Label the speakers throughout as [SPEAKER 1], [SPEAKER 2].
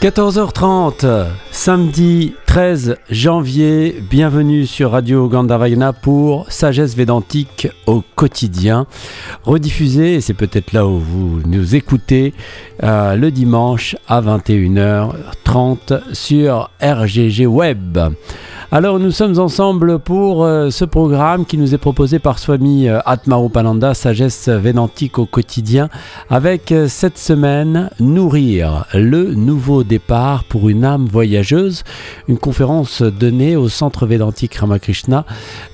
[SPEAKER 1] 14h30, samedi 13 janvier, bienvenue sur Radio Gandavagna pour Sagesse Védantique au quotidien, rediffusé, et c'est peut-être là où vous nous écoutez, euh, le dimanche à 21h30 sur RGG Web. Alors nous sommes ensemble pour euh, ce programme qui nous est proposé par Swami euh, Atmarupananda, Sagesse Védantique au quotidien, avec euh, cette semaine Nourrir, le nouveau départ pour une âme voyageuse, une conférence donnée au Centre Védantique Ramakrishna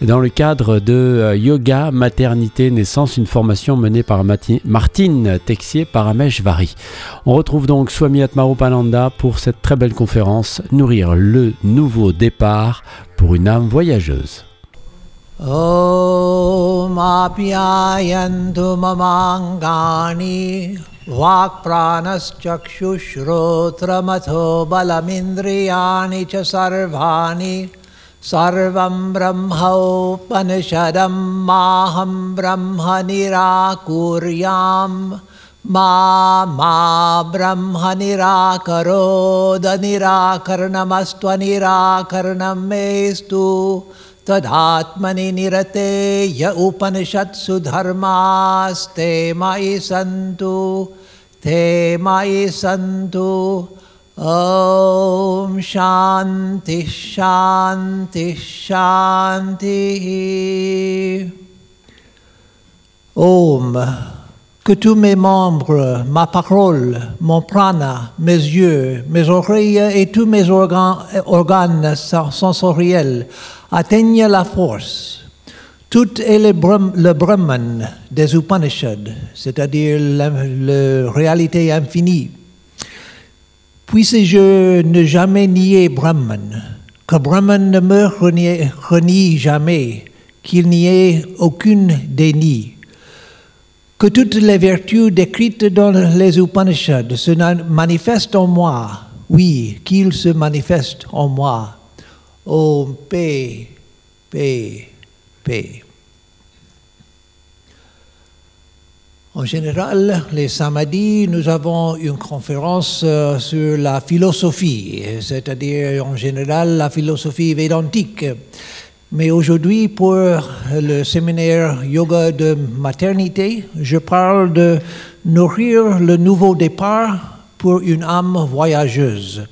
[SPEAKER 1] dans le cadre de euh, Yoga Maternité Naissance, une formation menée par Mati- Martine Texier par Amesh Vari. On retrouve donc Swami Atmarupananda pour cette très belle conférence Nourrir le nouveau départ pour une âme voyageuse.
[SPEAKER 2] ॐमाप्यायन्तु ममाङ्गानि वाक्प्राणश्चक्षुश्रोत्रमथो बलमिन्द्रियाणि च सर्वाणि सर्वं ब्रह्मोपनिषदं माहं ब्रह्म निराकुर्यां मा मा ब्रह्म निराकरोदनिराकरणमस्त्वनिराकरणं मेस्तु तदात्मनि निरते य उपनिषत्सु धर्मास्ते मयि सन्तु ते मयि सन्तु ॐ शान्तिः शान्तिः शान्तिः
[SPEAKER 3] Om, que tous mes membres, ma parole, mon prana, mes yeux, mes oreilles et tous mes organes, organes sen- sensoriels atteignent la force. Tout est le, Brahm- le Brahman des Upanishads, c'est-à-dire la, la réalité infinie. Puisse-je ne jamais nier Brahman, que Brahman ne me renie- renie jamais, qu'il n'y ait aucune déni que toutes les vertus décrites dans les Upanishads se na- manifestent en moi. Oui, qu'ils se manifestent en moi. Om paix, paix, paix. En général, les samedis, nous avons une conférence euh, sur la philosophie, c'est-à-dire en général la philosophie védantique. Mais aujourd'hui, pour le séminaire yoga de maternité, je parle de nourrir le nouveau départ pour une âme voyageuse.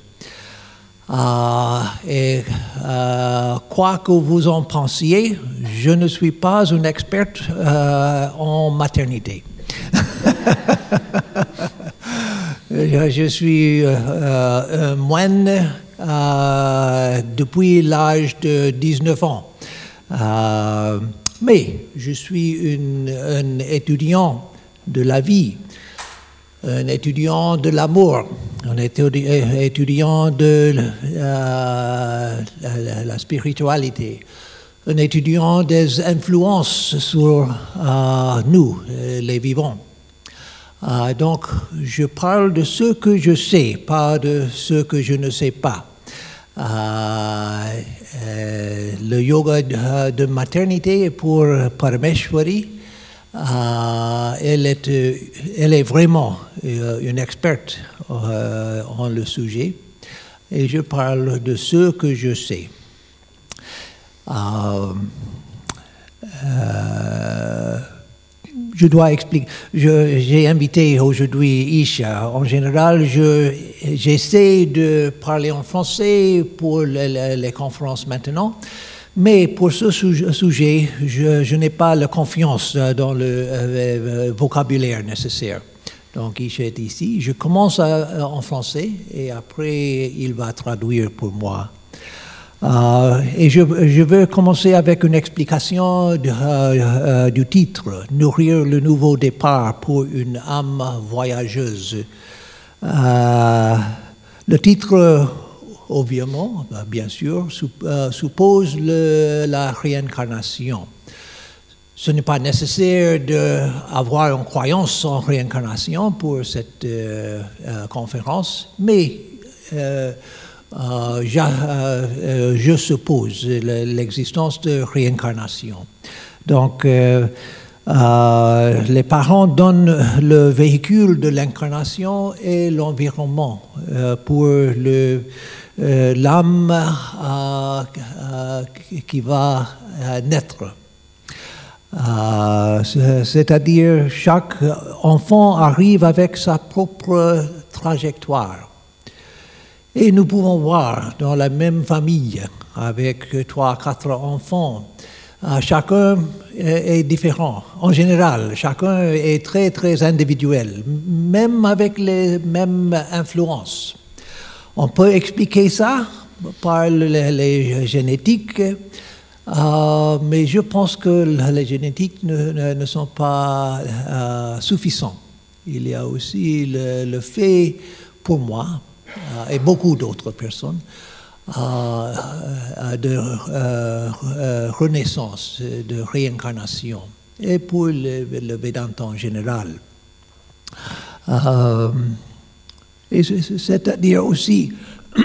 [SPEAKER 3] Ah, et euh, quoi que vous en pensiez, je ne suis pas une experte euh, en maternité. Je, je suis euh, euh, un moine euh, depuis l'âge de 19 ans. Euh, mais je suis une- un étudiant de la vie, un étudiant de l'amour, un étudi- euh, étudiant de euh, la, la- la spiritualité, un étudiant des influences sur euh, nous, euh, les vivants. Ah, donc, je parle de ce que je sais, pas de ce que je ne sais pas. Ah, euh, le yoga de, de maternité est pour Parameshwari. Ah, elle, est, euh, elle est vraiment euh, une experte euh, en le sujet. Et je parle de ce que je sais. Ah, euh, je dois expliquer. Je- J'ai invité aujourd'hui Isha. En général, je- j'essaie de parler en français pour le- le- les conférences maintenant. Mais pour ce suje- sujet, je, je n'ai pas la confiance euh, dans le euh, euh, vocabulaire nécessaire. Donc, Isha est ici. Je commence à- en français et après, il va traduire pour moi. Euh, et je, je veux commencer avec une explication de, euh, euh, du titre, Nourrir le nouveau départ pour une âme voyageuse. Euh, le titre, obviamente, bien sûr, sup- euh, suppose le- la réincarnation. Ce n'est pas nécessaire d'avoir une croyance en réincarnation pour cette euh, euh, conférence, mais euh, euh, j'a- euh, euh, je suppose le- l'existence de réincarnation. Donc, euh, Euh, les parents donnent le véhicule de l'incarnation et l'environnement euh, pour le, euh, l'âme euh, qui va euh, naître. Euh, C'est-à-dire chaque enfant arrive avec sa propre trajectoire. Et nous pouvons voir dans la même famille, avec trois, quatre enfants, euh, chacun est différent. En général, chacun est très, très individuel, même avec les mêmes influences. On peut expliquer ça par les, les génétiques, euh, mais je pense que les génétiques ne, ne, ne sont pas euh, suffisants. Il y a aussi le, le fait, pour moi, euh, et beaucoup d'autres personnes, euh, de euh, renaissance, de réincarnation, et pour le, le Vedanta en général. Euh, et c'est-à-dire aussi,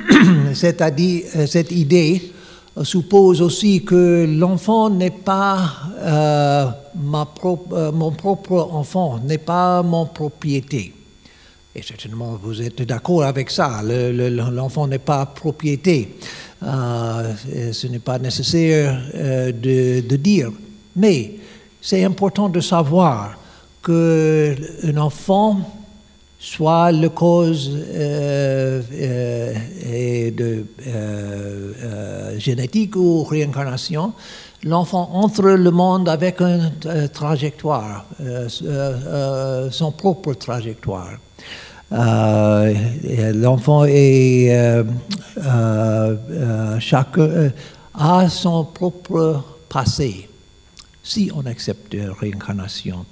[SPEAKER 3] c'est-à-dire, cette idée euh, suppose aussi que l'enfant n'est pas euh, ma propre, euh, mon propre enfant, n'est pas mon propriété. Et certainement, vous êtes d'accord avec ça. Le, le, l'enfant n'est pas propriété. Euh, ce n'est pas nécessaire euh, de, de, dire. Mais c'est important de savoir qu'un enfant soit le cause euh, et de, euh, génétique ou réincarnation. L'enfant entre le monde avec une trajectoire, euh, son propre trajectoire. Euh, l'enfant est euh, euh, chaque, a son propre passé, si on accepte la réincarnation.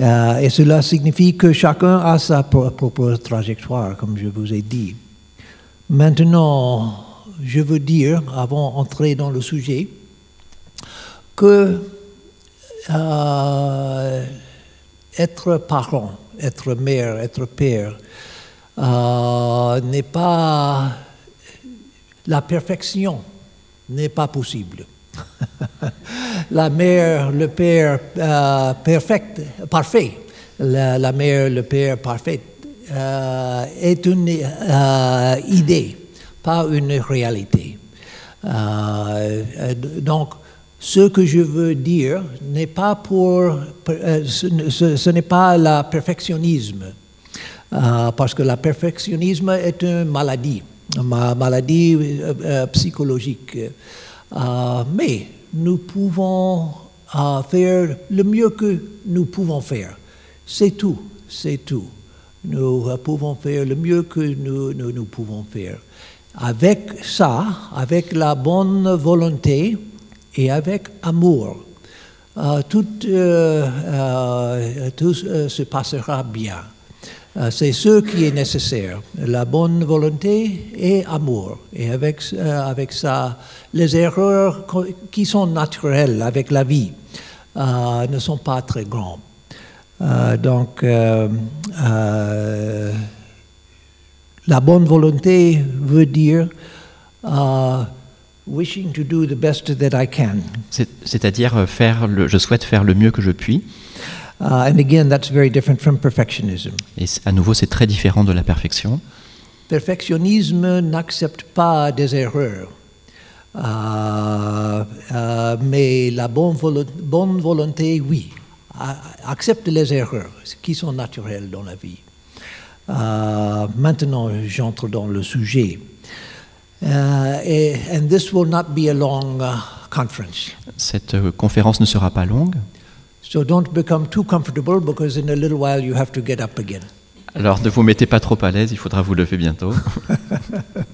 [SPEAKER 3] Euh, et cela signifie que chacun a sa propre trajectoire, comme je vous ai dit. Maintenant, je veux dire, avant d'entrer dans le sujet, que euh, être parent, être mère, être père, euh, n'est pas. La perfection n'est pas possible. la mère, le père euh, perfect, parfait, la, la, mère, le père parfait euh, est une euh, idée, pas une réalité. Euh, donc, ce que je veux dire n'est pas pour, euh, ce, ce n'est pas le perfectionnisme, euh, parce que le perfectionnisme est une maladie, une maladie euh, psychologique. Euh, mais nous pouvons euh, faire le mieux que nous pouvons faire. C'est tout, c'est tout. Nous euh, pouvons faire le mieux que nous, nous, nous pouvons faire. Avec ça, avec la bonne volonté, et avec amour. Euh, tout, euh, euh, tout se passera bien. Euh, c'est ce qui est nécessaire, la bonne volonté et amour. Et avec, euh, avec ça, les erreurs qui sont naturelles avec la vie euh, ne sont pas très grandes. donc, euh, la bonne volonté veut dire euh, wishing to do the best that I can.
[SPEAKER 4] C'est, c'est-à-dire euh, faire le, je souhaite faire le mieux que je puis.
[SPEAKER 3] Uh, and again, that's very different from perfectionism.
[SPEAKER 4] Et à nouveau, c'est très différent de la perfection.
[SPEAKER 3] Perfectionnisme n'accepte pas des erreurs, uh, uh, mais la bonne, volo- bonne volonté, oui, accepte les erreurs qui sont naturelles dans la vie. Uh, maintenant, j'entre dans le sujet. Uh, and this will not be a long uh, conference.
[SPEAKER 4] Cette euh, conférence ne sera pas longue.
[SPEAKER 3] So don't become too comfortable because in a little while you have to get up again.
[SPEAKER 4] Alors ne vous mettez pas trop à l'aise, il faudra vous lever bientôt.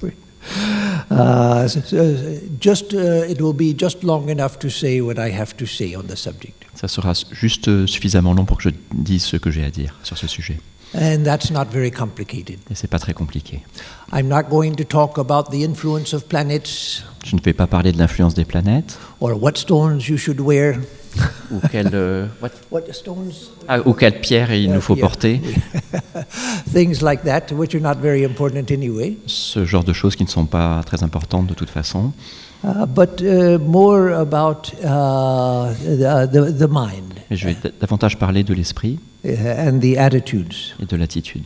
[SPEAKER 3] oui. uh, so, so, just uh, it will be just long enough to say what I have to say on the subject.
[SPEAKER 4] Ça sera juste euh, suffisamment long pour que je dise ce que j'ai à dire sur ce sujet.
[SPEAKER 3] And that's not very complicated.
[SPEAKER 4] Et c'est pas très compliqué.
[SPEAKER 3] I'm not going to talk about the influence of planets.
[SPEAKER 4] Je ne vais pas parler de l'influence des planètes.
[SPEAKER 3] Or what stones you should wear.
[SPEAKER 4] ou quelles euh, what?
[SPEAKER 3] What stones?
[SPEAKER 4] Ah, ou quelle pierre il nous faut
[SPEAKER 3] pierre.
[SPEAKER 4] porter.
[SPEAKER 3] Things like that, which are not very important anyway.
[SPEAKER 4] Ce genre de choses qui ne sont pas très importantes de toute façon.
[SPEAKER 3] Uh, but uh, more about uh, the, the, the mind.
[SPEAKER 4] Mais je vais d- davantage parler de l'esprit
[SPEAKER 3] uh, and the attitudes.
[SPEAKER 4] et de l'attitude.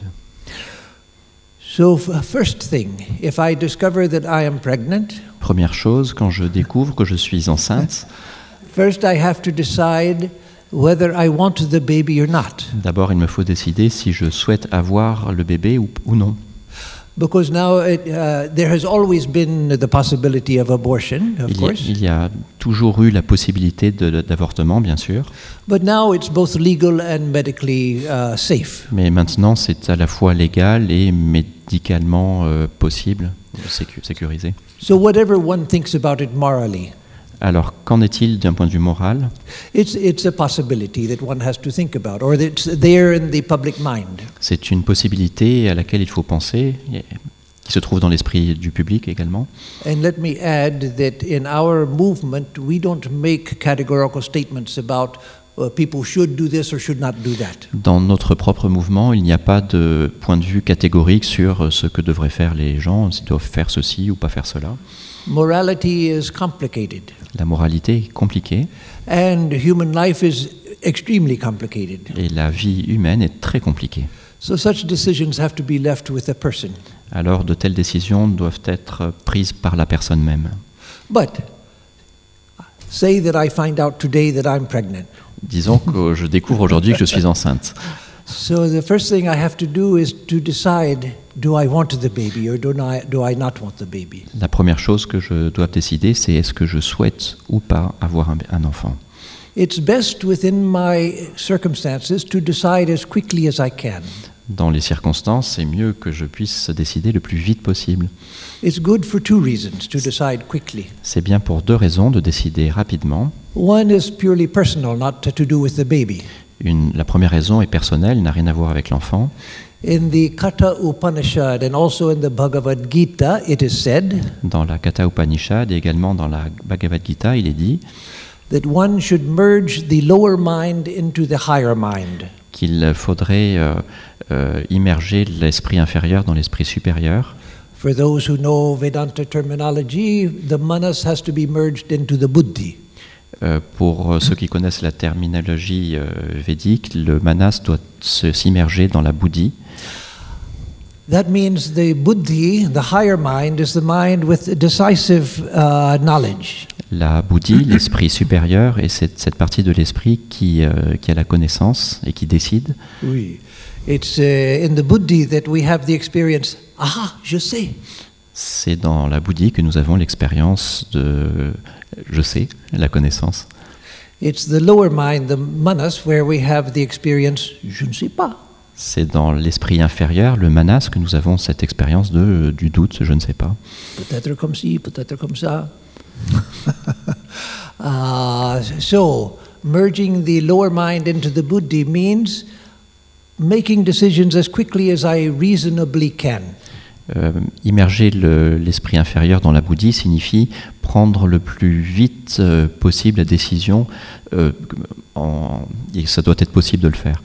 [SPEAKER 3] So, f- first thing, if I discover that I am pregnant,
[SPEAKER 4] Première chose, quand je découvre que je suis enceinte,
[SPEAKER 3] first I have to decide whether I want the baby or not.
[SPEAKER 4] d'abord il me faut décider si je souhaite avoir le bébé ou, ou non.
[SPEAKER 3] Because now it, uh, there has always been the possibility of abortion, of
[SPEAKER 4] Il y, a,
[SPEAKER 3] course,
[SPEAKER 4] il y a toujours eu la possibilité de- de- d'avortement, bien sûr,
[SPEAKER 3] but now it's both legal and medically uh, safe.
[SPEAKER 4] mais maintenant c'est à la fois légal et médicalement euh, possible, sécu- sécurisé.
[SPEAKER 3] So, whatever one thinks about it morally,
[SPEAKER 4] Alors qu'en est-il d'un point de vue moral
[SPEAKER 3] it's, it's a possibility that one has to think about, or that's there in the public mind.
[SPEAKER 4] C'est une possibilité à laquelle il faut penser, et qui se trouve dans l'esprit du public également.
[SPEAKER 3] And let me add that in our movement, we don't make categorical statements about uh, people should do this or should not do that.
[SPEAKER 4] Dans notre propre mouvement, il n'y a pas de point de vue catégorique sur euh, ce que devraient faire les gens, s'ils doivent faire ceci ou pas faire cela.
[SPEAKER 3] Morality is complicated,
[SPEAKER 4] La moralité est compliquée
[SPEAKER 3] and human life is extremely complicated.
[SPEAKER 4] et la vie humaine est très compliquée.
[SPEAKER 3] So such decisions have to be left with the person.
[SPEAKER 4] Alors de telles décisions doivent être euh, prises par la personne même.
[SPEAKER 3] But say that I find out today that I'm pregnant.
[SPEAKER 4] Disons que je découvre aujourd'hui que je suis enceinte.
[SPEAKER 3] So the first thing I have to do is to decide do I want the baby or do I, do I not want the baby?
[SPEAKER 4] La première chose que je dois décider, c'est est-ce que je souhaite ou pas avoir un- un enfant.
[SPEAKER 3] It's best within my circumstances to decide as quickly as I can.
[SPEAKER 4] Dans les circonstances, c'est mieux que je puisse décider le plus vite possible.
[SPEAKER 3] It's good for two reasons to decide quickly.
[SPEAKER 4] C'est bien pour deux raisons de décider rapidement.
[SPEAKER 3] One is purely personal, not to do with the baby.
[SPEAKER 4] Une- la première raison est personnelle, n'a rien à voir avec l'enfant.
[SPEAKER 3] In the Katha Upanishad and also in the Bhagavad Gita, it is said
[SPEAKER 4] Dans la Katha Upanishad et également dans la Bhagavad Gita, il est dit
[SPEAKER 3] that one should merge the lower mind into the higher mind.
[SPEAKER 4] qu'il faudrait euh, euh, immerger l'esprit inférieur dans l'esprit supérieur.
[SPEAKER 3] For those who know Vedanta terminology, the manas has to be merged into the buddhi.
[SPEAKER 4] Euh, pour euh, ceux qui connaissent la terminologie euh, védique, le manas doit se- s'immerger dans la bouddhi.
[SPEAKER 3] That means the buddhi, the higher mind, is the mind with decisive uh, knowledge.
[SPEAKER 4] La bouddhi, l'esprit supérieur, et cette, cette partie de l'esprit qui, euh, qui a la connaissance et qui décide.
[SPEAKER 3] Oui. It's uh, in the buddhi that we have the experience, aha, je sais.
[SPEAKER 4] C'est dans la bouddhi que nous avons l'expérience de, je sais, la connaissance.
[SPEAKER 3] It's the lower mind, the manas, where we have the experience, je ne sais pas.
[SPEAKER 4] C'est dans l'esprit inférieur, le manas, que nous avons cette expérience de, euh, du doute, je ne sais pas.
[SPEAKER 3] Peut-être comme ci, peut-être comme ça. Ah, so, merging the lower mind into the buddhi means making decisions as quickly as I reasonably can.
[SPEAKER 4] Euh, immerger le- l'esprit inférieur dans la bouddhi signifie prendre le plus vite euh, possible la décision, euh, en- et ça doit être possible de le faire.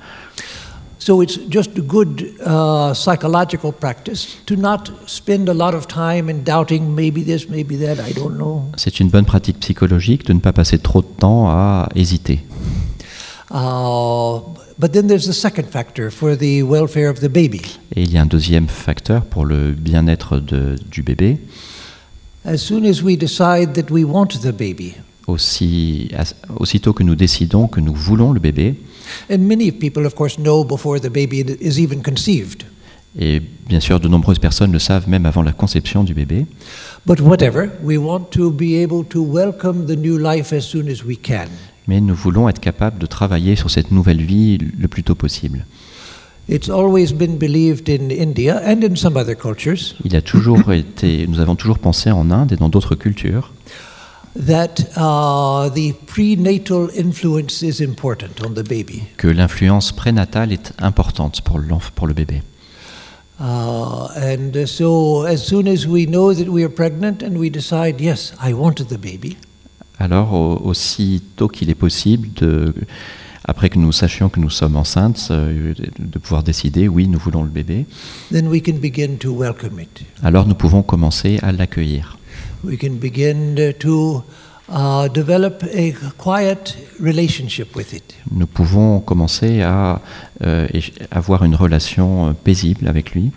[SPEAKER 3] So it's just a good uh, psychological practice to not spend a lot of time in doubting maybe this, maybe that, I don't know.
[SPEAKER 4] C'est une bonne pratique psychologique de ne pas passer trop de temps à hésiter.
[SPEAKER 3] Uh, but then there's the second factor for the welfare of the baby.
[SPEAKER 4] Et il y a un deuxième facteur pour le bien-être de- du bébé.
[SPEAKER 3] As soon as we decide that we want the baby,
[SPEAKER 4] Aussi, as- aussitôt que nous décidons que nous voulons le bébé,
[SPEAKER 3] And many people, of course, know before the baby is even conceived.
[SPEAKER 4] et bien sûr de nombreuses personnes le savent même avant la conception du bébé,
[SPEAKER 3] But whatever, we want to be able to welcome the new life as soon as we can.
[SPEAKER 4] mais nous voulons être capables de travailler sur cette nouvelle vie le plus tôt possible.
[SPEAKER 3] It's always been believed in India and in some other cultures
[SPEAKER 4] Il a toujours été, nous avons toujours pensé en Inde et dans d'autres cultures
[SPEAKER 3] that uh, the prenatal influence is important on the baby.
[SPEAKER 4] que l'influence prénatale est importante pour, l'enf- pour le bébé.
[SPEAKER 3] Uh, and uh, so, as soon as we know that we are pregnant and we decide, yes, I want the baby,
[SPEAKER 4] Alors, au- aussi tôt qu'il est possible, de, après que nous sachions que nous sommes enceintes, euh, de pouvoir décider, oui, nous voulons le bébé,
[SPEAKER 3] then we can begin to welcome it.
[SPEAKER 4] alors nous pouvons commencer à l'accueillir.
[SPEAKER 3] We can begin uh, to uh, develop a quiet relationship with it.
[SPEAKER 4] Nous pouvons commencer à euh, éch- avoir une relation euh, paisible avec lui.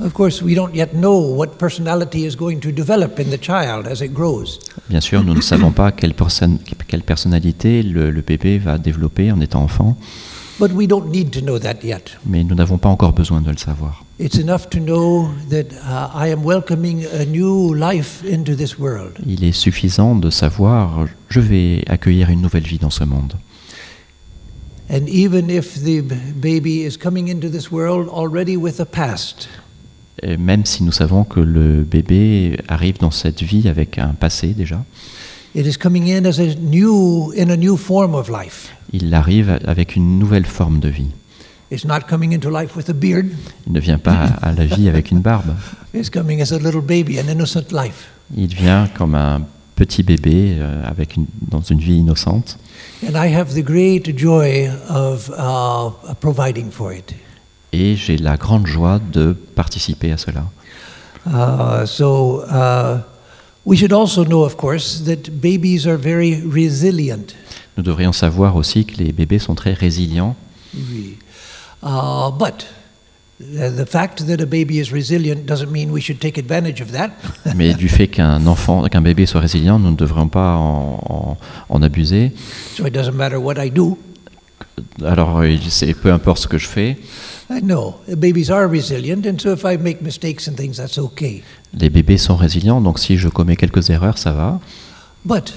[SPEAKER 3] Of course, we don't yet know what personality is going to develop in the child as it grows.
[SPEAKER 4] Bien sûr, nous ne savons pas quelle, person- quelle personnalité le, le bébé va développer en étant enfant,
[SPEAKER 3] But we don't need to know that yet.
[SPEAKER 4] mais nous n'avons pas encore besoin de le savoir.
[SPEAKER 3] It's enough to know that uh, I am welcoming a new life into this world.
[SPEAKER 4] Il est suffisant de savoir, je vais accueillir une nouvelle vie dans ce monde.
[SPEAKER 3] And even if the b- baby is coming into this world already with a past,
[SPEAKER 4] Et même si nous savons que le bébé arrive dans cette vie avec un passé déjà,
[SPEAKER 3] it is coming in as a new in a new form of life.
[SPEAKER 4] il arrive avec une nouvelle forme de vie.
[SPEAKER 3] It's not coming into life with a beard.
[SPEAKER 4] Il ne vient pas à la vie avec une barbe.
[SPEAKER 3] It's coming as a little baby, an innocent life.
[SPEAKER 4] Il vient comme un petit bébé euh, avec une- dans une vie innocente.
[SPEAKER 3] And I have the great joy of uh, providing for it.
[SPEAKER 4] Et j'ai la grande joie de participer à cela.
[SPEAKER 3] Uh, so uh, we should also know, of course, that babies are very resilient.
[SPEAKER 4] Nous devrions savoir aussi que les bébés sont très résilients.
[SPEAKER 3] We- Uh, but the, the fact that a baby is resilient doesn't mean we should take advantage of that.
[SPEAKER 4] Mais du fait qu'un enfant, qu'un bébé soit résilient, nous ne devrions pas en, en- en abuser.
[SPEAKER 3] so it doesn't matter what I do.
[SPEAKER 4] Alors, euh, il- c'est peu importe ce que je fais,
[SPEAKER 3] I know babies are resilient, and so if I make mistakes and things, that's okay.
[SPEAKER 4] les bébés sont résilients, donc si je commets quelques erreurs, ça va.
[SPEAKER 3] But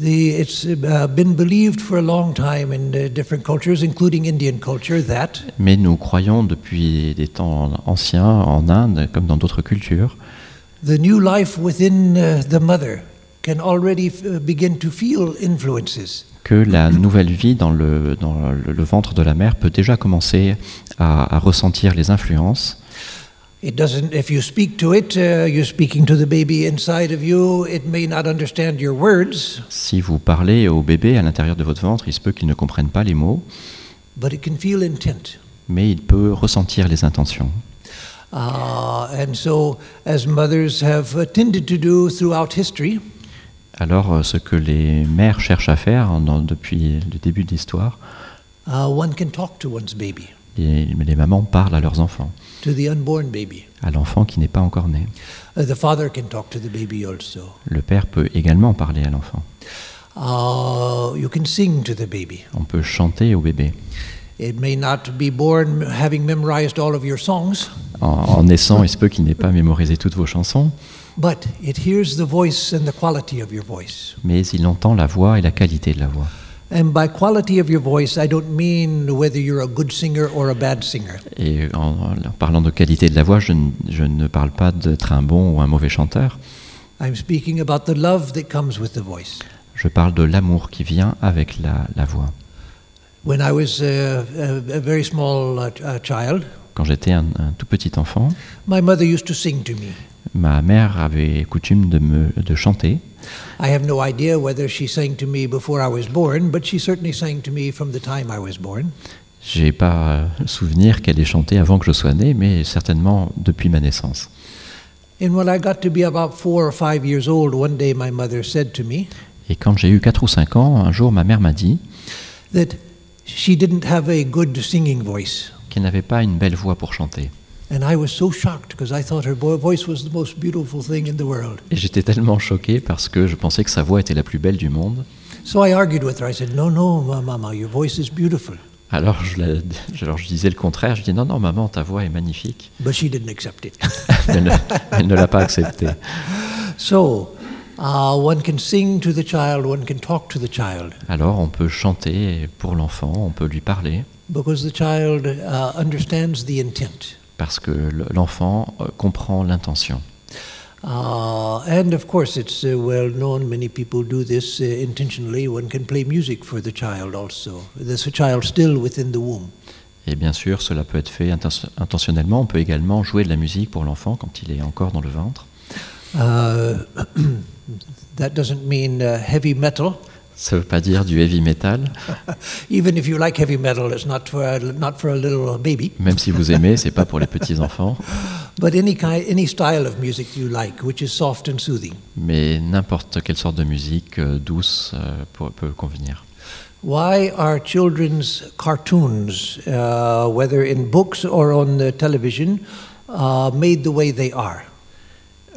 [SPEAKER 3] the, it's uh, been believed for a long time in uh, different cultures, including Indian culture, that
[SPEAKER 4] Mais nous croyons depuis des temps anciens, en Inde, comme dans d'autres cultures,
[SPEAKER 3] the new life within uh, the mother can already f- uh, begin to feel influences.
[SPEAKER 4] que la nouvelle vie dans le, dans le, le ventre de la mère peut déjà commencer à, à ressentir les influences.
[SPEAKER 3] It doesn't, if you speak to it, uh, you're speaking to the baby inside of you. It may not understand your words,
[SPEAKER 4] Si vous parlez au bébé à l'intérieur de votre ventre, il se peut qu'il ne comprenne pas les mots,
[SPEAKER 3] but it can feel intent.
[SPEAKER 4] mais il peut ressentir les intentions.
[SPEAKER 3] Uh, and so, as mothers have uh, tended to do throughout history,
[SPEAKER 4] Alors, euh, ce que les mères cherchent à faire hein, dans- depuis le début de l'histoire,
[SPEAKER 3] uh, one can talk to one's baby,
[SPEAKER 4] les, les mamans parlent à leurs enfants,
[SPEAKER 3] to the unborn baby.
[SPEAKER 4] à l'enfant qui n'est pas encore né.
[SPEAKER 3] Uh, the father can talk to the baby also.
[SPEAKER 4] Le père peut également parler à l'enfant.
[SPEAKER 3] Uh, you can sing to the baby.
[SPEAKER 4] On peut chanter au bébé.
[SPEAKER 3] It may not be born having memorized all of your songs,
[SPEAKER 4] En, en naissant, il se peut qu'il n'ait pas mémorisé toutes vos chansons,
[SPEAKER 3] but it hears the voice and the quality of your voice.
[SPEAKER 4] mais il entend la voix et la qualité de la voix.
[SPEAKER 3] And by quality of your voice, I don't mean whether you're a good singer or a bad singer.
[SPEAKER 4] Et en, en parlant de qualité de la voix, je, ne- je ne parle pas d'être un bon ou un mauvais chanteur.
[SPEAKER 3] I'm speaking about the love that comes with the voice.
[SPEAKER 4] Je parle de l'amour qui vient avec la, la voix.
[SPEAKER 3] When I was uh, a, a very small uh, ch- uh, child,
[SPEAKER 4] Quand j'étais un, un tout petit enfant,
[SPEAKER 3] my mother used to sing to me.
[SPEAKER 4] ma mère avait coutume de me de chanter.
[SPEAKER 3] I have no idea whether she sang to me before I was born, but she certainly sang to me from the time I was born.
[SPEAKER 4] J'ai pas euh, le souvenir qu'elle ait chanté avant que je sois né, mais certainement depuis ma naissance.
[SPEAKER 3] And when I got to be about four or five years old, one day my mother said to me
[SPEAKER 4] Et quand j'ai eu 4 ou 5 ans, un jour ma mère m'a dit
[SPEAKER 3] that she didn't have a good singing voice.
[SPEAKER 4] qu'elle n'avait pas une belle voix pour chanter.
[SPEAKER 3] And I was so shocked because I thought her vo- voice was the most beautiful thing in the world.
[SPEAKER 4] Et j'étais tellement choqué parce que je pensais que sa voix était la plus belle du monde.
[SPEAKER 3] So I argued with her. I said, No, no, ma- Mama, your voice is beautiful.
[SPEAKER 4] Alors je, la- alors je disais le contraire, je dis non, non, maman, ta voix est magnifique.
[SPEAKER 3] But she didn't accept it.
[SPEAKER 4] Elle ne, elle ne l'a pas acceptée.
[SPEAKER 3] so uh, one can sing to the child, one can talk to the child,
[SPEAKER 4] Alors on peut chanter pour l'enfant, on peut lui parler,
[SPEAKER 3] because the child uh, understands the intent.
[SPEAKER 4] parce que l- l'enfant euh, comprend l'intention.
[SPEAKER 3] Uh, and of course, it's uh, well known, many people do this uh, intentionally. One can play music for the child also. There's a child still within the womb.
[SPEAKER 4] Et bien sûr, cela peut être fait inten- intentionnellement. On peut également jouer de la musique pour l'enfant quand il est encore dans le ventre.
[SPEAKER 3] Uh, that doesn't mean uh, heavy metal.
[SPEAKER 4] Ça ne veut pas dire du heavy metal.
[SPEAKER 3] Even if you like heavy metal, it's not for a, not for a little baby.
[SPEAKER 4] Même si vous aimez, c'est pas pour les petits enfants.
[SPEAKER 3] but any kind, any style of music you like, which is soft and soothing.
[SPEAKER 4] mais n'importe quelle sorte de musique euh, douce euh, pour- peut convenir.
[SPEAKER 3] Why are children's cartoons, uh, whether in books or on the television, uh, made the way they are?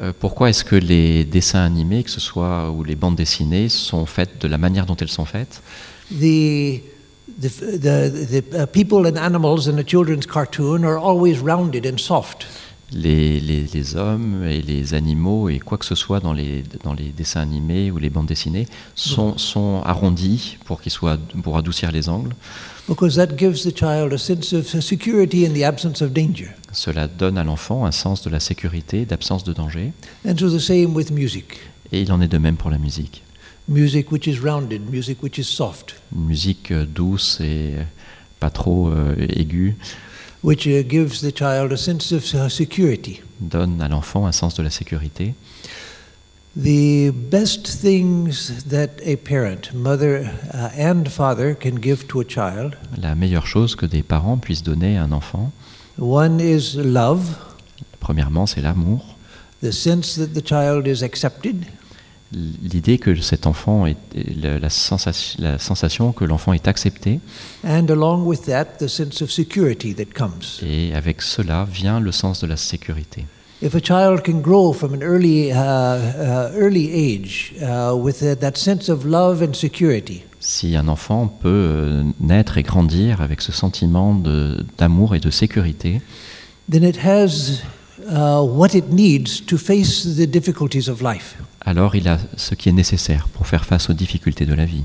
[SPEAKER 4] Euh, Pourquoi est-ce que les dessins animés, que ce soit ou les bandes dessinées, sont faites de la manière dont elles sont faites
[SPEAKER 3] The the, the, the uh, people and animals in a children's cartoon are always rounded and soft.
[SPEAKER 4] les, les- les hommes et les animaux et quoi que ce soit dans les, dans les dessins animés ou les bandes dessinées sont, sont arrondis pour, qu'ils soient, pour adoucir les angles.
[SPEAKER 3] Because that gives the child a sense of security in the absence of danger.
[SPEAKER 4] Cela donne à l'enfant un sens de la sécurité, d'absence de danger.
[SPEAKER 3] And so the same with music.
[SPEAKER 4] Et il en est de même pour la musique.
[SPEAKER 3] Music which is rounded, music which is soft,
[SPEAKER 4] Une musique euh, douce et euh, pas trop euh, aiguë
[SPEAKER 3] which uh, gives the child a sense of uh, security.
[SPEAKER 4] donne à l'enfant un sens de la sécurité.
[SPEAKER 3] The best things that a parent, mother uh, and father, can give to a child
[SPEAKER 4] La meilleure chose que des parents puissent donner à un enfant,
[SPEAKER 3] one is love,
[SPEAKER 4] premièrement, c'est l'amour.
[SPEAKER 3] the sense that the child is accepted,
[SPEAKER 4] L'idée que cet enfant est est la, la sensation, la sensation que l'enfant est accepté,
[SPEAKER 3] and along with that, the sense of security that comes.
[SPEAKER 4] et avec cela vient le sens de la sécurité.
[SPEAKER 3] If a child can grow from an early, uh, uh, early age uh, with uh, that sense of love and security,
[SPEAKER 4] Si un enfant peut euh, naître et grandir avec ce sentiment de- d'amour et de sécurité,
[SPEAKER 3] then it has uh, what it needs to face the difficulties of life.
[SPEAKER 4] alors il a ce qui est nécessaire pour faire face aux difficultés de la vie.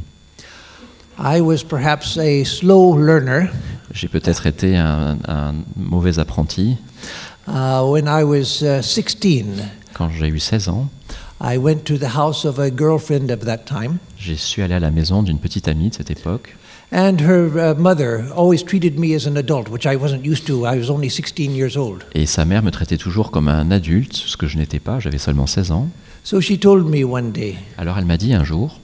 [SPEAKER 3] I was perhaps a slow learner
[SPEAKER 4] J'ai peut-être été un, un mauvais apprenti.
[SPEAKER 3] uh, when I was uh, 16.
[SPEAKER 4] Quand j'ai eu 16 ans,
[SPEAKER 3] I went to the house of a girlfriend of that time,
[SPEAKER 4] j'ai su aller à la maison d'une petite amie de cette époque.
[SPEAKER 3] and her uh, mother always treated me as an adult, which I wasn't used to. I was only 16 years old.
[SPEAKER 4] Et sa mère me traitait toujours comme un adulte, ce que je n'étais pas, j'avais seulement 16 ans.
[SPEAKER 3] So she told me one day
[SPEAKER 4] Alors elle m'a dit un jour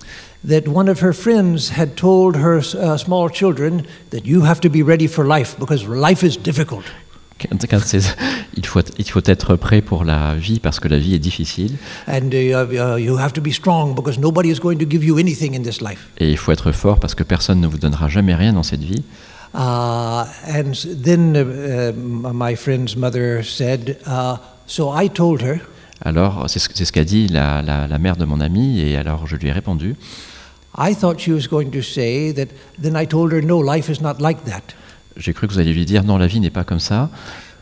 [SPEAKER 3] that one of her friends had told her uh, small children that you have to be ready for life because life is difficult.
[SPEAKER 4] qu'un- qu'un de ses- il, faut, il faut être prêt pour la vie parce que la vie est difficile
[SPEAKER 3] And uh, uh, you have to be strong because nobody is going to give you anything in this life.
[SPEAKER 4] et il faut être fort parce que personne ne vous donnera jamais rien dans cette vie.
[SPEAKER 3] Uh, and s- then uh, uh, m- my friend's mother said, uh, So I told her,
[SPEAKER 4] Alors c'est ce, c'est ce qu'a dit la, la- la mère de mon ami et alors je lui ai répondu.
[SPEAKER 3] I thought she was going to say that, then I told her, No, life is not like that.
[SPEAKER 4] J'ai cru que vous alliez lui dire non la vie n'est pas comme ça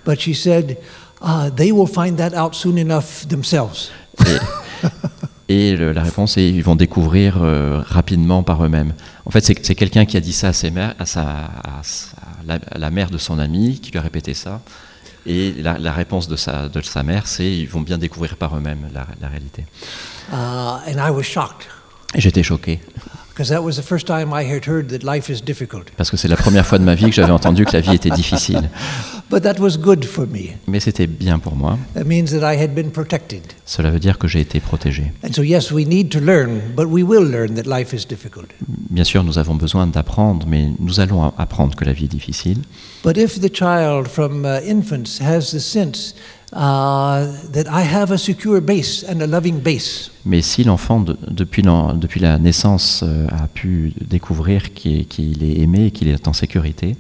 [SPEAKER 3] But she said, uh, They will find that out soon enough themselves.
[SPEAKER 4] et le- la réponse est ils vont découvrir euh, rapidement par eux-mêmes. En fait c'est c'est quelqu'un qui a dit ça à, ses mères- à, sa, à sa- à la, à la mère de son ami qui lui a répété ça et la, la réponse de sa, de sa mère c'est ils vont bien découvrir par eux-mêmes la- la réalité.
[SPEAKER 3] Uh, and I was shocked
[SPEAKER 4] Et J'étais choqué,
[SPEAKER 3] because that was the first time I had heard that life is difficult.
[SPEAKER 4] parce que c'est la première fois de ma vie que j'avais entendu que la vie était difficile.
[SPEAKER 3] But that was good for me.
[SPEAKER 4] Mais c'était bien pour moi.
[SPEAKER 3] That means that I had been protected.
[SPEAKER 4] Cela veut dire que j'ai été protégé.
[SPEAKER 3] And so, yes, we need to learn, but we will learn that life is difficult.
[SPEAKER 4] Bien sûr, nous avons besoin d'apprendre, mais nous allons a- apprendre que la vie est difficile.
[SPEAKER 3] But if the child from uh, infants has the sense uh, that I have a secure base and a loving base,
[SPEAKER 4] Mais si l'enfant, de- depuis, l'en- depuis la naissance, euh, a pu découvrir qu'il est, qu'il est aimé et qu'il est en sécurité,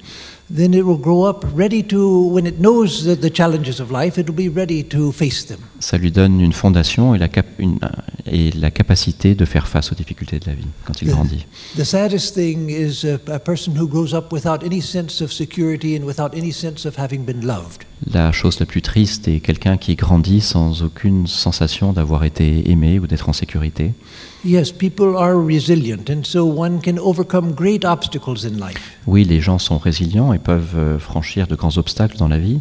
[SPEAKER 3] then it will grow up ready to, when it knows that the challenges of life, it will be ready to face them.
[SPEAKER 4] ça lui donne une fondation et la, cap- une- et la capacité de faire face aux difficultés de la vie quand il grandit.
[SPEAKER 3] The saddest thing is a, a person who grows up without any sense of security and without any sense of having been loved.
[SPEAKER 4] La chose la plus triste est quelqu'un qui grandit sans aucune sensation d'avoir été aimé ou d'être en sécurité.
[SPEAKER 3] Yes, people are resilient, and so one can overcome great obstacles in life.
[SPEAKER 4] Oui, les gens sont résilients et peuvent euh, franchir de grands obstacles dans la vie,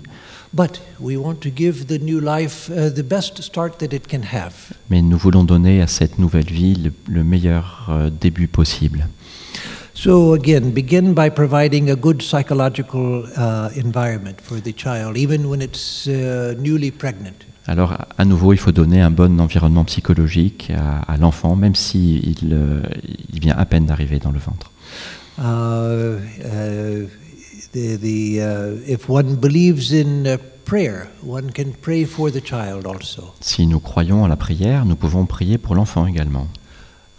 [SPEAKER 3] But we want to give the new life uh, the best start that it can have.
[SPEAKER 4] mais nous voulons donner à cette nouvelle vie le, le meilleur euh, début possible.
[SPEAKER 3] So again, begin by providing a good psychological uh, environment for the child, even when it's uh, newly pregnant.
[SPEAKER 4] Alors, à- à nouveau, il faut donner un bon environnement psychologique à, à l'enfant, même si il, euh, il vient à peine d'arriver dans le ventre.
[SPEAKER 3] Uh, uh, the, the, uh, if one believes in uh, prayer, one can pray for the child also.
[SPEAKER 4] Si nous croyons à la prière, nous pouvons prier pour l'enfant également.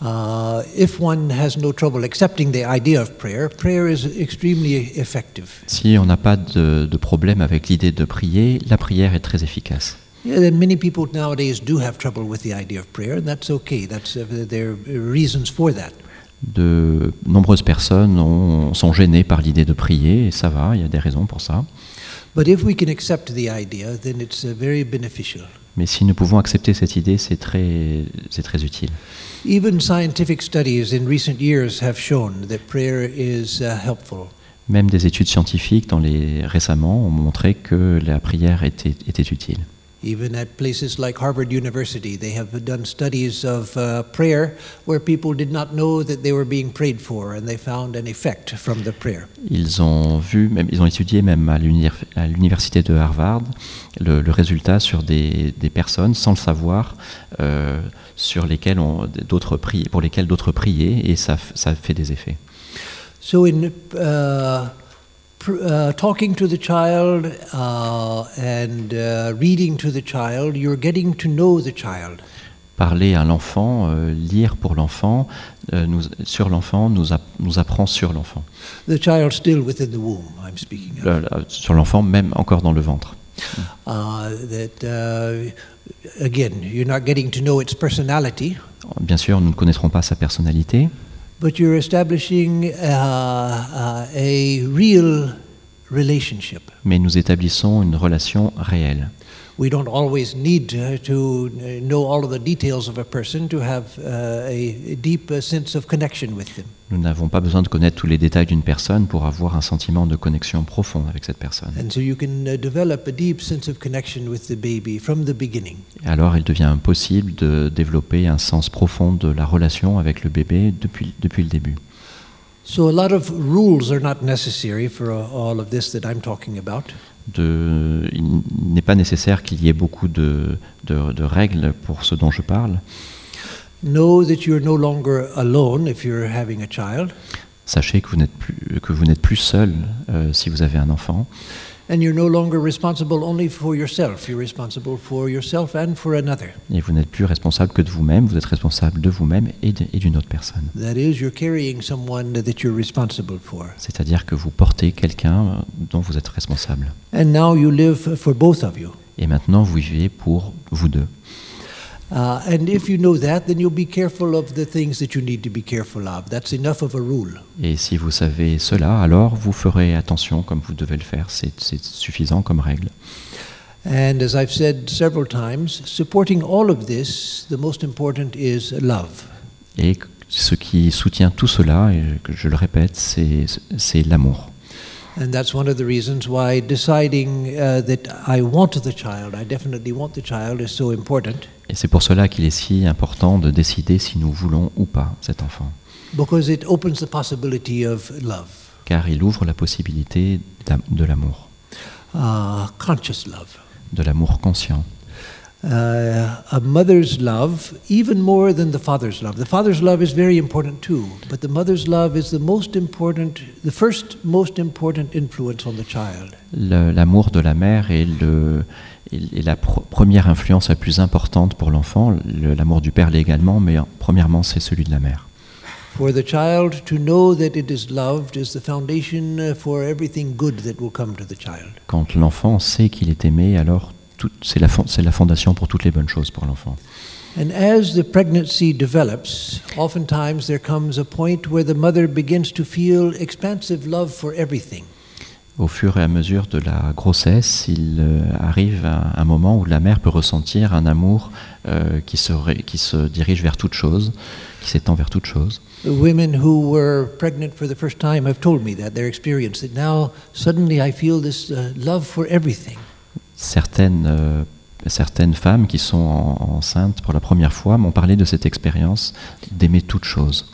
[SPEAKER 3] Uh, if one has no trouble accepting the idea of prayer, prayer is extremely effective.
[SPEAKER 4] Si on n'a pas de, de problème avec l'idée de prier, la prière est très efficace.
[SPEAKER 3] Yeah, then many people nowadays do have trouble with the idea of prayer, and that's okay. That's uh, there are reasons for that.
[SPEAKER 4] De nombreuses personnes ont- sont gênées par l'idée de prier, et ça va, il y a des raisons pour ça.
[SPEAKER 3] But if we can accept the idea, then it's uh, very beneficial.
[SPEAKER 4] Mais si nous pouvons accepter cette idée, c'est très, c'est très utile.
[SPEAKER 3] Even scientific studies in recent years have shown that prayer is uh, helpful.
[SPEAKER 4] Même des études scientifiques dans les, récemment ont montré que la prière était, était utile.
[SPEAKER 3] Even at places like Harvard University, they have done studies of uh, prayer where people did not know that they were being prayed for, and they found an effect from the prayer.
[SPEAKER 4] Ils ont vu, même, ils ont étudié même à l'univers- à l'université de Harvard le, le résultat sur des, des personnes sans le savoir, euh, sur lesquelles on, d'autres pri- pour lesquelles d'autres priaient et ça, f- ça fait des effets.
[SPEAKER 3] So, in uh, pr- uh, talking to the child uh, and uh, reading to the child, you're getting to know the child.
[SPEAKER 4] Parler à l'enfant, euh, lire pour l'enfant, euh, nous- sur l'enfant, nous, app- nous apprend sur l'enfant,
[SPEAKER 3] The child still within the womb, I'm speaking of.
[SPEAKER 4] Le- le- sur l'enfant même encore dans le ventre.
[SPEAKER 3] Uh, that, uh, again, you're not getting to know its personality,
[SPEAKER 4] Bien sûr, nous ne connaîtrons pas sa personnalité,
[SPEAKER 3] but you're establishing uh, uh, a real relationship.
[SPEAKER 4] mais nous établissons une relation réelle.
[SPEAKER 3] We don't always need to, to know all of the details of a person to have uh, a deep uh, sense of connection with them.
[SPEAKER 4] Nous n'avons pas besoin de connaître tous les détails d'une personne pour avoir un sentiment de connexion profonde avec cette personne.
[SPEAKER 3] And so you can uh, develop a deep sense of connection with the baby from the beginning.
[SPEAKER 4] Et alors, il devient possible de développer un sens profond de la relation avec le bébé depuis, depuis le début.
[SPEAKER 3] So a lot of rules are not necessary for uh, all of this that I'm talking about.
[SPEAKER 4] De- il n'est pas nécessaire qu'il y ait beaucoup de, de- de règles pour ce dont je parle.
[SPEAKER 3] Know that you're no longer alone if you're having a child,
[SPEAKER 4] Sachez que vous n'êtes plus, que vous n'êtes plus seul euh, si vous avez un enfant.
[SPEAKER 3] and you're no longer responsible only for yourself. You're responsible for yourself and for another.
[SPEAKER 4] Et vous n'êtes plus responsable que de vous-même, vous êtes responsable de vous-même et de- et d'une autre personne.
[SPEAKER 3] That is, you're carrying someone that you're responsible for.
[SPEAKER 4] C'est-à-dire que vous portez quelqu'un dont vous êtes responsable.
[SPEAKER 3] And now you live for both of you.
[SPEAKER 4] Et maintenant, vous vivez pour vous deux.
[SPEAKER 3] Uh, and if you know that, then you'll be careful of the things that you need to be careful of. That's enough of a rule.
[SPEAKER 4] Et si vous savez cela, alors vous ferez attention comme vous devez le faire. C'est c'est suffisant comme règle.
[SPEAKER 3] And as I've said several times, supporting all of this, the most important is love.
[SPEAKER 4] Et ce qui soutient tout cela, et que je le répète, c'est c'est l'amour.
[SPEAKER 3] And that's one of the reasons why deciding uh, that I want the child, I definitely want the child, is so important.
[SPEAKER 4] Et c'est pour cela qu'il est si important de décider si nous voulons ou pas cet enfant.
[SPEAKER 3] Because it opens the possibility of love,
[SPEAKER 4] Car il ouvre la possibilité d'am- de l'amour,
[SPEAKER 3] uh, conscious love.
[SPEAKER 4] de l'amour conscient.
[SPEAKER 3] Uh, a mother's love, even more than the father's love. The father's love is very important too, but the mother's love is the most important, the first most important influence on the child.
[SPEAKER 4] Le- L'amour de la mère est, le, est- est la pr- première influence la plus importante pour l'enfant. Le- L'amour du père l'est également, mais euh, premièrement, c'est celui de la mère.
[SPEAKER 3] For the child to know that it is loved is the foundation uh, for everything good that will come to the child.
[SPEAKER 4] Quand l'enfant sait qu'il est aimé, alors tout- c'est la, fon- c'est la fondation pour toutes les bonnes choses pour l'enfant.
[SPEAKER 3] And as the pregnancy develops, oftentimes there comes a point where the mother begins to feel expansive love for everything.
[SPEAKER 4] Au fur et à mesure de la grossesse, il euh, arrive à un moment où la mère peut ressentir un amour euh, qui, se ré- qui se dirige vers toute chose, qui s'étend vers toute chose.
[SPEAKER 3] The women who were pregnant for the first time have told me that their experience that now suddenly I feel this uh, love for everything.
[SPEAKER 4] certaines, euh, certaines femmes qui sont en- enceintes pour la première fois m'ont parlé de cette expérience d'aimer toute chose.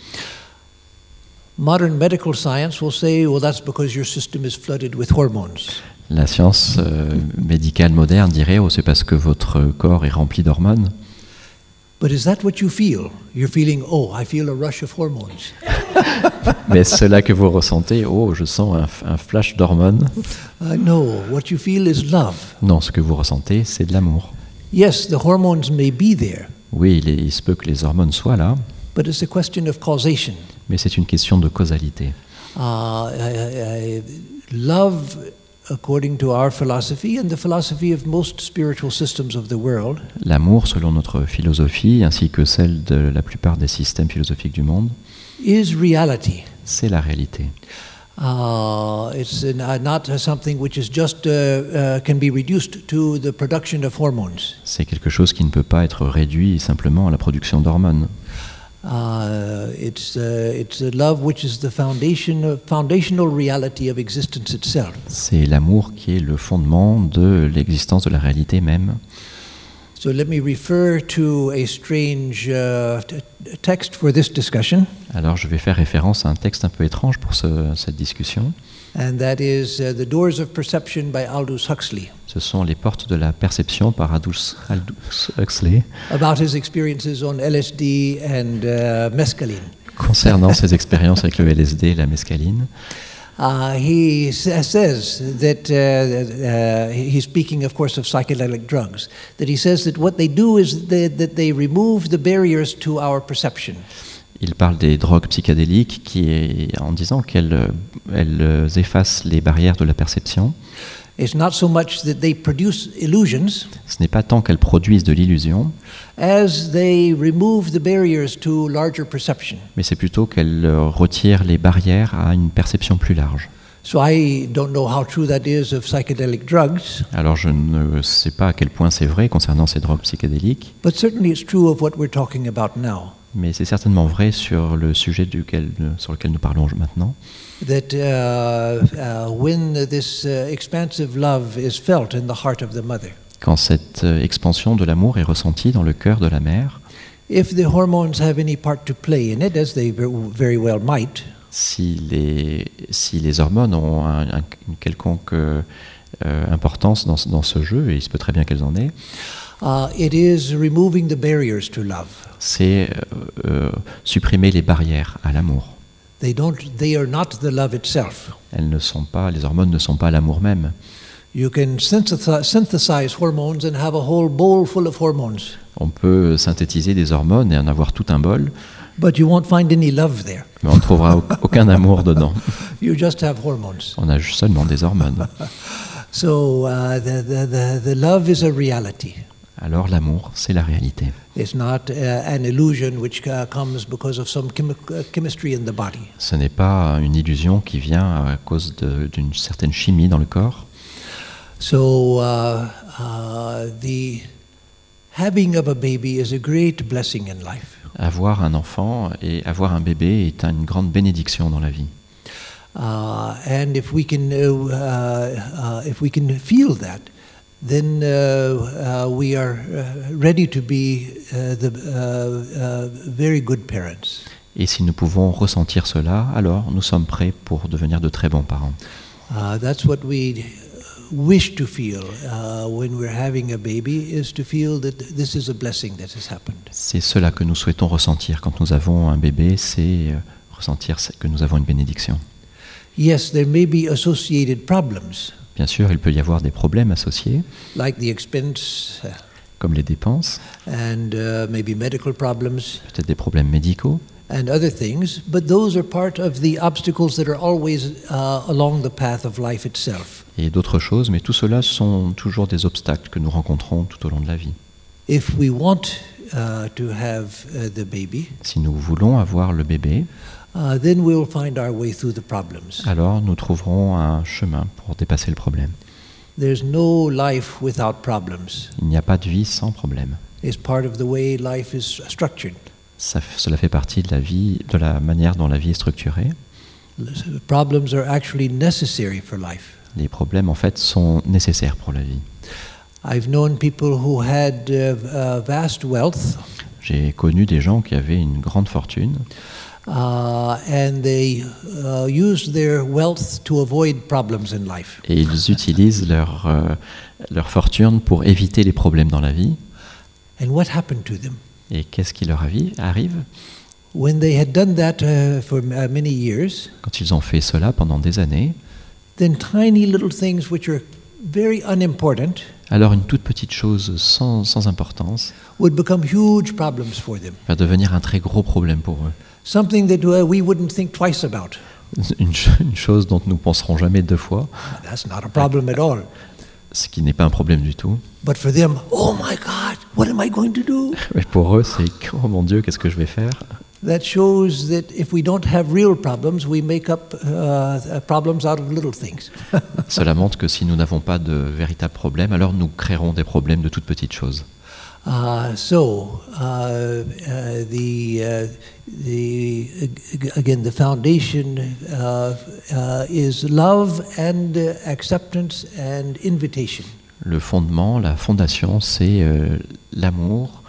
[SPEAKER 3] Modern medical science will say, well, that's because your system is flooded with hormones.
[SPEAKER 4] La science euh, médicale moderne dirait oh, c'est parce que votre corps est rempli d'hormones.
[SPEAKER 3] But is that what you feel? You're feeling, oh, I feel a rush of hormones.
[SPEAKER 4] Mais c'est là que vous ressentez, oh, je sens un, f- un flash d'hormones.
[SPEAKER 3] Uh, no, what you feel is love.
[SPEAKER 4] Non, ce que vous ressentez, c'est de l'amour.
[SPEAKER 3] Yes, the hormones may be there,
[SPEAKER 4] Oui, il, est- il se peut que les hormones soient là,
[SPEAKER 3] but it's a question of causation.
[SPEAKER 4] mais c'est une question de causalité.
[SPEAKER 3] Uh, I- I- I- love, according to our philosophy and the philosophy of most spiritual systems of the world,
[SPEAKER 4] L'amour, selon notre philosophie, ainsi que celle de la plupart des systèmes philosophiques du monde,
[SPEAKER 3] is reality.
[SPEAKER 4] c'est la réalité.
[SPEAKER 3] Uh, it's an- uh, not something which is just uh, uh, can be reduced to the production of hormones.
[SPEAKER 4] C'est quelque chose qui ne peut pas être réduit simplement à la production d'hormones.
[SPEAKER 3] Uh, it's uh, it's a love which is the foundation of, foundational reality of existence itself.
[SPEAKER 4] C'est l'amour qui est le fondement de l'existence de la réalité même.
[SPEAKER 3] So let me refer to a strange uh, t- text for this discussion,
[SPEAKER 4] Alors je vais faire référence à un texte un peu étrange pour ce- cette discussion.
[SPEAKER 3] and that is uh, "The Doors of Perception" by Aldous Huxley,
[SPEAKER 4] Ce sont les portes de la perception par Aldous, Aldous Huxley
[SPEAKER 3] about his experiences on LSD and uh, mescaline.
[SPEAKER 4] concernant ses expériences avec le LSD et la mescaline.
[SPEAKER 3] Uh, he sa- says that, uh, uh, he's speaking, of course, of psychedelic drugs, that he says that what they do is they, that they remove the barriers to our perception.
[SPEAKER 4] Il parle des drogues psychédéliques qui est- en disant qu'elles euh, elles, euh, effacent les barrières de la perception.
[SPEAKER 3] It's not so much that they produce illusions
[SPEAKER 4] Ce n'est pas tant qu'elles produisent de l'illusion,
[SPEAKER 3] as they remove the barriers to larger perception.
[SPEAKER 4] mais c'est plutôt qu'elles euh, retirent les barrières à une perception plus large.
[SPEAKER 3] So I don't know how true that is of psychedelic drugs,
[SPEAKER 4] Alors je ne sais pas à quel point c'est vrai concernant ces drogues psychédéliques,
[SPEAKER 3] but certainly it's true of what we're talking about now.
[SPEAKER 4] mais c'est certainement vrai sur le sujet duquel, euh, sur lequel nous parlons maintenant.
[SPEAKER 3] That uh, uh, when this uh, expansive love is felt in the heart of the mother,
[SPEAKER 4] Quand cette euh, expansion de l'amour est ressentie dans le cœur de la mère,
[SPEAKER 3] If the hormones have any part to play in it, as they ver- very well might,
[SPEAKER 4] si les, si les hormones ont un- un- une quelconque euh, euh, importance dans, ce- dans ce jeu, et il se peut très bien qu'elles en aient,
[SPEAKER 3] uh, it is removing the barriers to love.
[SPEAKER 4] c'est euh, euh, supprimer les barrières à l'amour.
[SPEAKER 3] They don't. They are not the love itself.
[SPEAKER 4] Elles ne sont pas, les hormones ne sont pas l'amour même.
[SPEAKER 3] You can synthesize, synthesize hormones and have a whole bowl full of hormones,
[SPEAKER 4] On peut synthétiser des hormones et en avoir tout un bol,
[SPEAKER 3] but you won't find any love there.
[SPEAKER 4] mais on ne trouvera au- aucun amour dedans.
[SPEAKER 3] You just have hormones.
[SPEAKER 4] On a ju- seulement des hormones.
[SPEAKER 3] So uh, the, the, the, the love is a reality.
[SPEAKER 4] Alors l'amour, c'est la réalité.
[SPEAKER 3] It's not uh, an illusion which uh, comes because of some chemi- uh, chemistry in the body.
[SPEAKER 4] Ce n'est pas une illusion qui vient à cause de- d'une certaine chimie dans le corps.
[SPEAKER 3] So uh, uh, the having of a baby is a great blessing in life.
[SPEAKER 4] Avoir un enfant et avoir un bébé est une grande bénédiction dans la vie.
[SPEAKER 3] Uh, and if we can, uh, uh, if we can feel that, then uh, uh, we are uh, ready to be uh, the uh, uh, very good parents.
[SPEAKER 4] Et si nous pouvons ressentir cela, alors nous sommes prêts pour devenir de très bons parents.
[SPEAKER 3] Uh, that's what we wish to feel uh, when we're having a baby is to feel that this is a blessing that has happened.
[SPEAKER 4] C'est cela que nous souhaitons ressentir quand nous avons un bébé, c'est euh, ressentir ce- que nous avons une bénédiction.
[SPEAKER 3] Yes, there may be associated problems
[SPEAKER 4] Bien sûr, il peut y avoir des problèmes associés,
[SPEAKER 3] like the expense. uh,
[SPEAKER 4] comme les dépenses,
[SPEAKER 3] and uh, maybe medical problems
[SPEAKER 4] peut-être des problèmes médicaux,
[SPEAKER 3] and other things, but those are part of the obstacles that are always uh, along the path of life itself.
[SPEAKER 4] et d'autres choses, mais tout cela sont toujours des obstacles que nous rencontrons tout au long de la vie.
[SPEAKER 3] If we want uh, to have uh, the baby,
[SPEAKER 4] Si nous voulons avoir le bébé,
[SPEAKER 3] uh, then we'll find our way through the problems.
[SPEAKER 4] alors nous trouverons un chemin pour dépasser le problème.
[SPEAKER 3] There's no life without problems.
[SPEAKER 4] Il n'y a pas de vie sans problème.
[SPEAKER 3] It's part of the way life is structured.
[SPEAKER 4] Ça f- cela fait partie de la vie, de la manière dont la vie est structurée.
[SPEAKER 3] Problems are actually necessary for life.
[SPEAKER 4] Les problèmes, en fait, sont nécessaires pour la vie.
[SPEAKER 3] I've known people who had uh, uh, vast wealth,
[SPEAKER 4] J'ai connu des gens qui avaient une grande fortune
[SPEAKER 3] uh, and they uh, use their wealth to avoid problems in life.
[SPEAKER 4] et ils utilisent leur, euh, leur fortune pour éviter les problèmes dans la vie.
[SPEAKER 3] And what happened to them?
[SPEAKER 4] Et qu'est-ce qui leur avi- arrive
[SPEAKER 3] When they had done that uh, for uh, many years,
[SPEAKER 4] Quand ils ont fait cela pendant des années,
[SPEAKER 3] then tiny little things which are very unimportant
[SPEAKER 4] alors une toute petite chose sans, sans importance
[SPEAKER 3] would become huge problems for them.
[SPEAKER 4] va devenir un très gros problème pour eux.
[SPEAKER 3] Something that uh, we wouldn't think twice about.
[SPEAKER 4] Une, ch- une chose dont nous penserons jamais deux fois,
[SPEAKER 3] That's not a problem at all.
[SPEAKER 4] ce qui n'est pas un problème du tout.
[SPEAKER 3] But for them, oh my God, what am I going to do?
[SPEAKER 4] Mais pour eux, c'est oh mon Dieu, qu'est-ce que je vais faire
[SPEAKER 3] That shows that if we don't have real problems, we make up uh, problems out of little things.
[SPEAKER 4] Cela montre que si nous n'avons pas de véritable problème, alors nous créerons des problèmes de toutes petites choses.
[SPEAKER 3] Uh, so uh, uh, the uh, the ag- again the foundation uh, uh, is love and uh, acceptance and invitation.
[SPEAKER 4] Le fondement, la fondation, c'est euh, l'amour,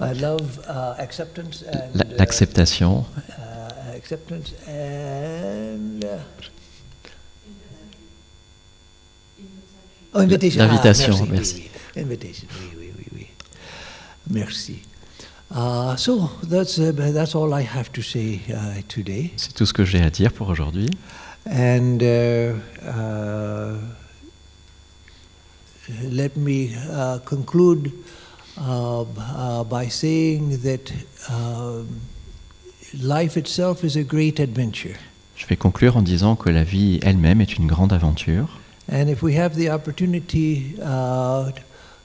[SPEAKER 3] Uh, love, uh, acceptance, and
[SPEAKER 4] la-
[SPEAKER 3] uh,
[SPEAKER 4] l'acceptation,
[SPEAKER 3] uh, acceptance and. Uh, Oh, invitation. Ah,
[SPEAKER 4] L'invitation,
[SPEAKER 3] merci, oui,
[SPEAKER 4] merci.
[SPEAKER 3] oui. Invitation, oui, oui, oui, oui. Merci. Uh, so that's uh, that's all I have to say uh, today.
[SPEAKER 4] c'est tout ce que j'ai à dire pour aujourd'hui.
[SPEAKER 3] And uh, uh, let me uh, conclude uh, b- uh, by saying that um, life itself is a great adventure.
[SPEAKER 4] Je vais conclure en disant que la vie elle-même est une grande aventure.
[SPEAKER 3] And if we have the opportunity uh,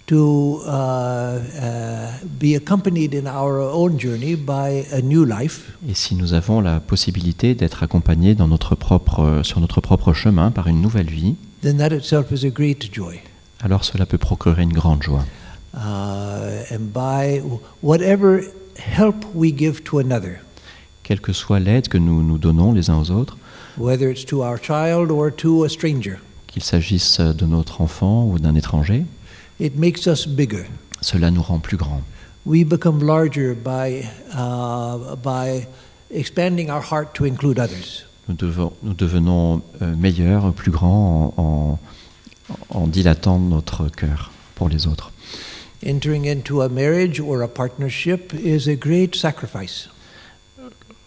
[SPEAKER 3] to uh, uh, be accompanied in our own journey by a new life,
[SPEAKER 4] Et si nous avons la possibilité d'être accompagnés dans notre propre, euh, sur notre propre chemin par une nouvelle vie,
[SPEAKER 3] then that itself is a great joy.
[SPEAKER 4] alors cela peut procurer une grande joie.
[SPEAKER 3] uh, and by whatever help we give to another,
[SPEAKER 4] Quelle que soit l'aide que nous nous donnons les uns aux autres,
[SPEAKER 3] whether it's to our child or to a stranger.
[SPEAKER 4] qu'il s'agisse de notre enfant ou d'un étranger,
[SPEAKER 3] It makes us bigger.
[SPEAKER 4] cela nous rend plus grands.
[SPEAKER 3] We become larger by, uh, by expanding our heart to include others.
[SPEAKER 4] Nous, devons- nous devenons euh, meilleurs, plus grands en, en- en dilatant notre cœur pour les autres.
[SPEAKER 3] Entering into a marriage or a partnership is a great sacrifice.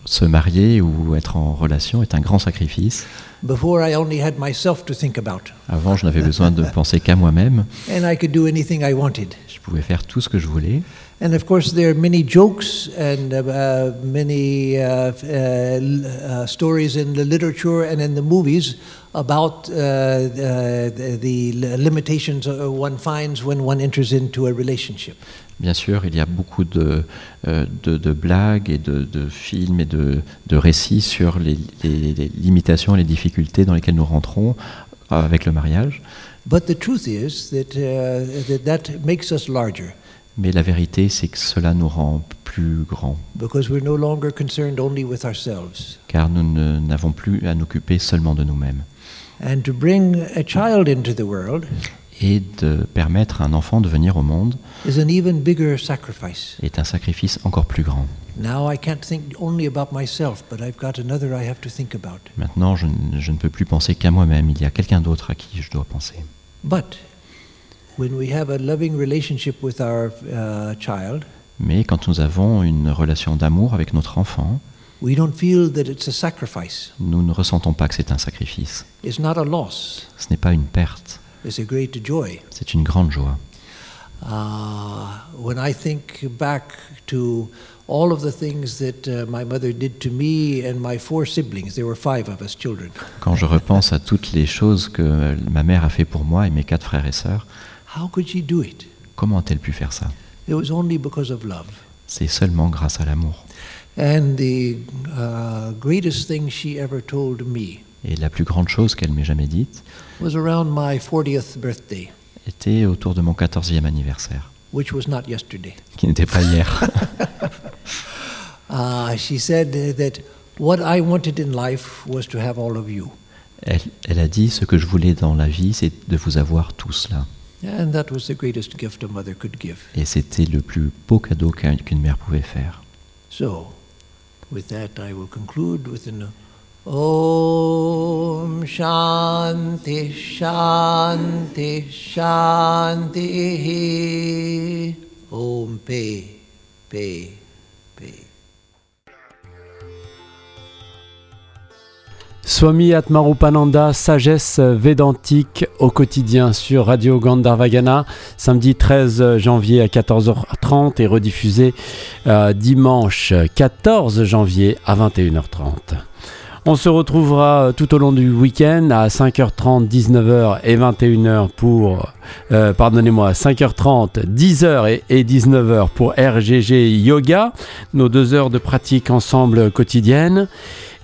[SPEAKER 4] Se marier ou être en relation est un grand sacrifice.
[SPEAKER 3] Before, I only had myself to think about,
[SPEAKER 4] Avant, je n'avais besoin de penser qu'à moi-même.
[SPEAKER 3] and I could do anything I wanted.
[SPEAKER 4] Je pouvais faire tout ce que je voulais.
[SPEAKER 3] And of course, there are many jokes and uh, uh, many uh, f- uh, l- uh, stories in the literature and in the movies about uh, uh, the, the l- limitations uh, one finds when one enters into a relationship.
[SPEAKER 4] Bien sûr, il y a beaucoup de, euh, de, de blagues et de, de films et de, de récits sur les, les- les limitations et les difficultés dans lesquelles nous rentrons euh, avec le mariage.
[SPEAKER 3] But the truth is that uh, that, that makes us larger
[SPEAKER 4] Mais la vérité, c'est que cela nous rend plus grands,
[SPEAKER 3] because we're no longer concerned only with ourselves.
[SPEAKER 4] car nous ne- n'avons plus à nous occuper seulement de nous-mêmes.
[SPEAKER 3] And to bring a child into the world
[SPEAKER 4] Et de permettre à un enfant de venir au monde
[SPEAKER 3] is an even bigger sacrifice.
[SPEAKER 4] est un sacrifice encore plus grand.
[SPEAKER 3] Now I can't think only about myself, but I've got another I have to think about.
[SPEAKER 4] Maintenant, je, ne- je ne peux plus penser qu'à moi-même, il y a quelqu'un d'autre à qui je dois penser.
[SPEAKER 3] But when we have a loving relationship with our uh, child,
[SPEAKER 4] Mais quand nous avons une relation d'amour avec notre enfant,
[SPEAKER 3] we don't feel that it's a sacrifice.
[SPEAKER 4] nous ne ressentons pas que c'est un sacrifice.
[SPEAKER 3] It's not a loss.
[SPEAKER 4] Ce n'est pas une perte,
[SPEAKER 3] It's a great joy.
[SPEAKER 4] c'est une grande joie.
[SPEAKER 3] Uh, when I think back to all of the things that uh, my mother did to me and my four siblings, there were five of us children,
[SPEAKER 4] Quand je repense à toutes les choses que ma mère a fait pour moi et mes quatre frères et sœurs,
[SPEAKER 3] how could she do it?
[SPEAKER 4] comment a-t-elle pu faire ça
[SPEAKER 3] It was only because of love.
[SPEAKER 4] C'est seulement grâce à l'amour.
[SPEAKER 3] And the uh, greatest thing she ever told me
[SPEAKER 4] Et la plus grande chose qu'elle m'ait jamais dite
[SPEAKER 3] was around my 40th birthday,
[SPEAKER 4] était autour de mon 14e anniversaire,
[SPEAKER 3] which was not yesterday.
[SPEAKER 4] qui n'était pas hier.
[SPEAKER 3] Uh, she said that what I wanted in life was to have all of you.
[SPEAKER 4] Elle, elle a dit ce que je voulais dans la vie, c'est de vous avoir tous là.
[SPEAKER 3] And that was the greatest gift a mother could give.
[SPEAKER 4] Et c'était le plus beau cadeau qu'un- qu'une mère pouvait faire.
[SPEAKER 3] So, with that, I will conclude with an Om Shanti Shanti Shanti Om Pe
[SPEAKER 2] paix, paix.
[SPEAKER 1] Swami Atmarupananda, sagesse védantique au quotidien sur Radio Gandharvagana, samedi 13 janvier à 14h30 et rediffusé euh, dimanche 14 janvier à 21h30. On se retrouvera euh, tout au long du week-end à 5h30, 19h et 21h pour, euh, pardonnez-moi, 5h30, 10h et, et 19h pour RGG Yoga, nos deux heures de pratique ensemble quotidienne.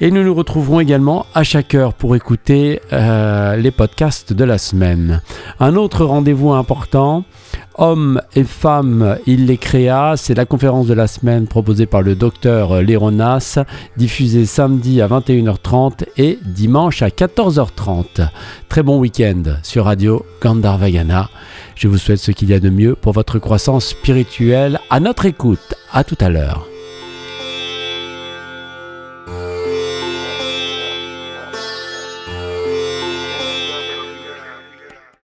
[SPEAKER 1] Et nous nous retrouverons également à chaque heure pour écouter euh, les podcasts de la semaine. Un autre rendez-vous important, Hommes et femmes, il les créa, c'est la conférence de la semaine proposée par le docteur euh, Léronas, diffusée samedi à 21h30 et dimanche à 14h30. Très bon week-end sur Radio Gandharvagana. Je vous souhaite ce qu'il y a de mieux pour votre croissance spirituelle. À notre écoute, à tout à l'heure.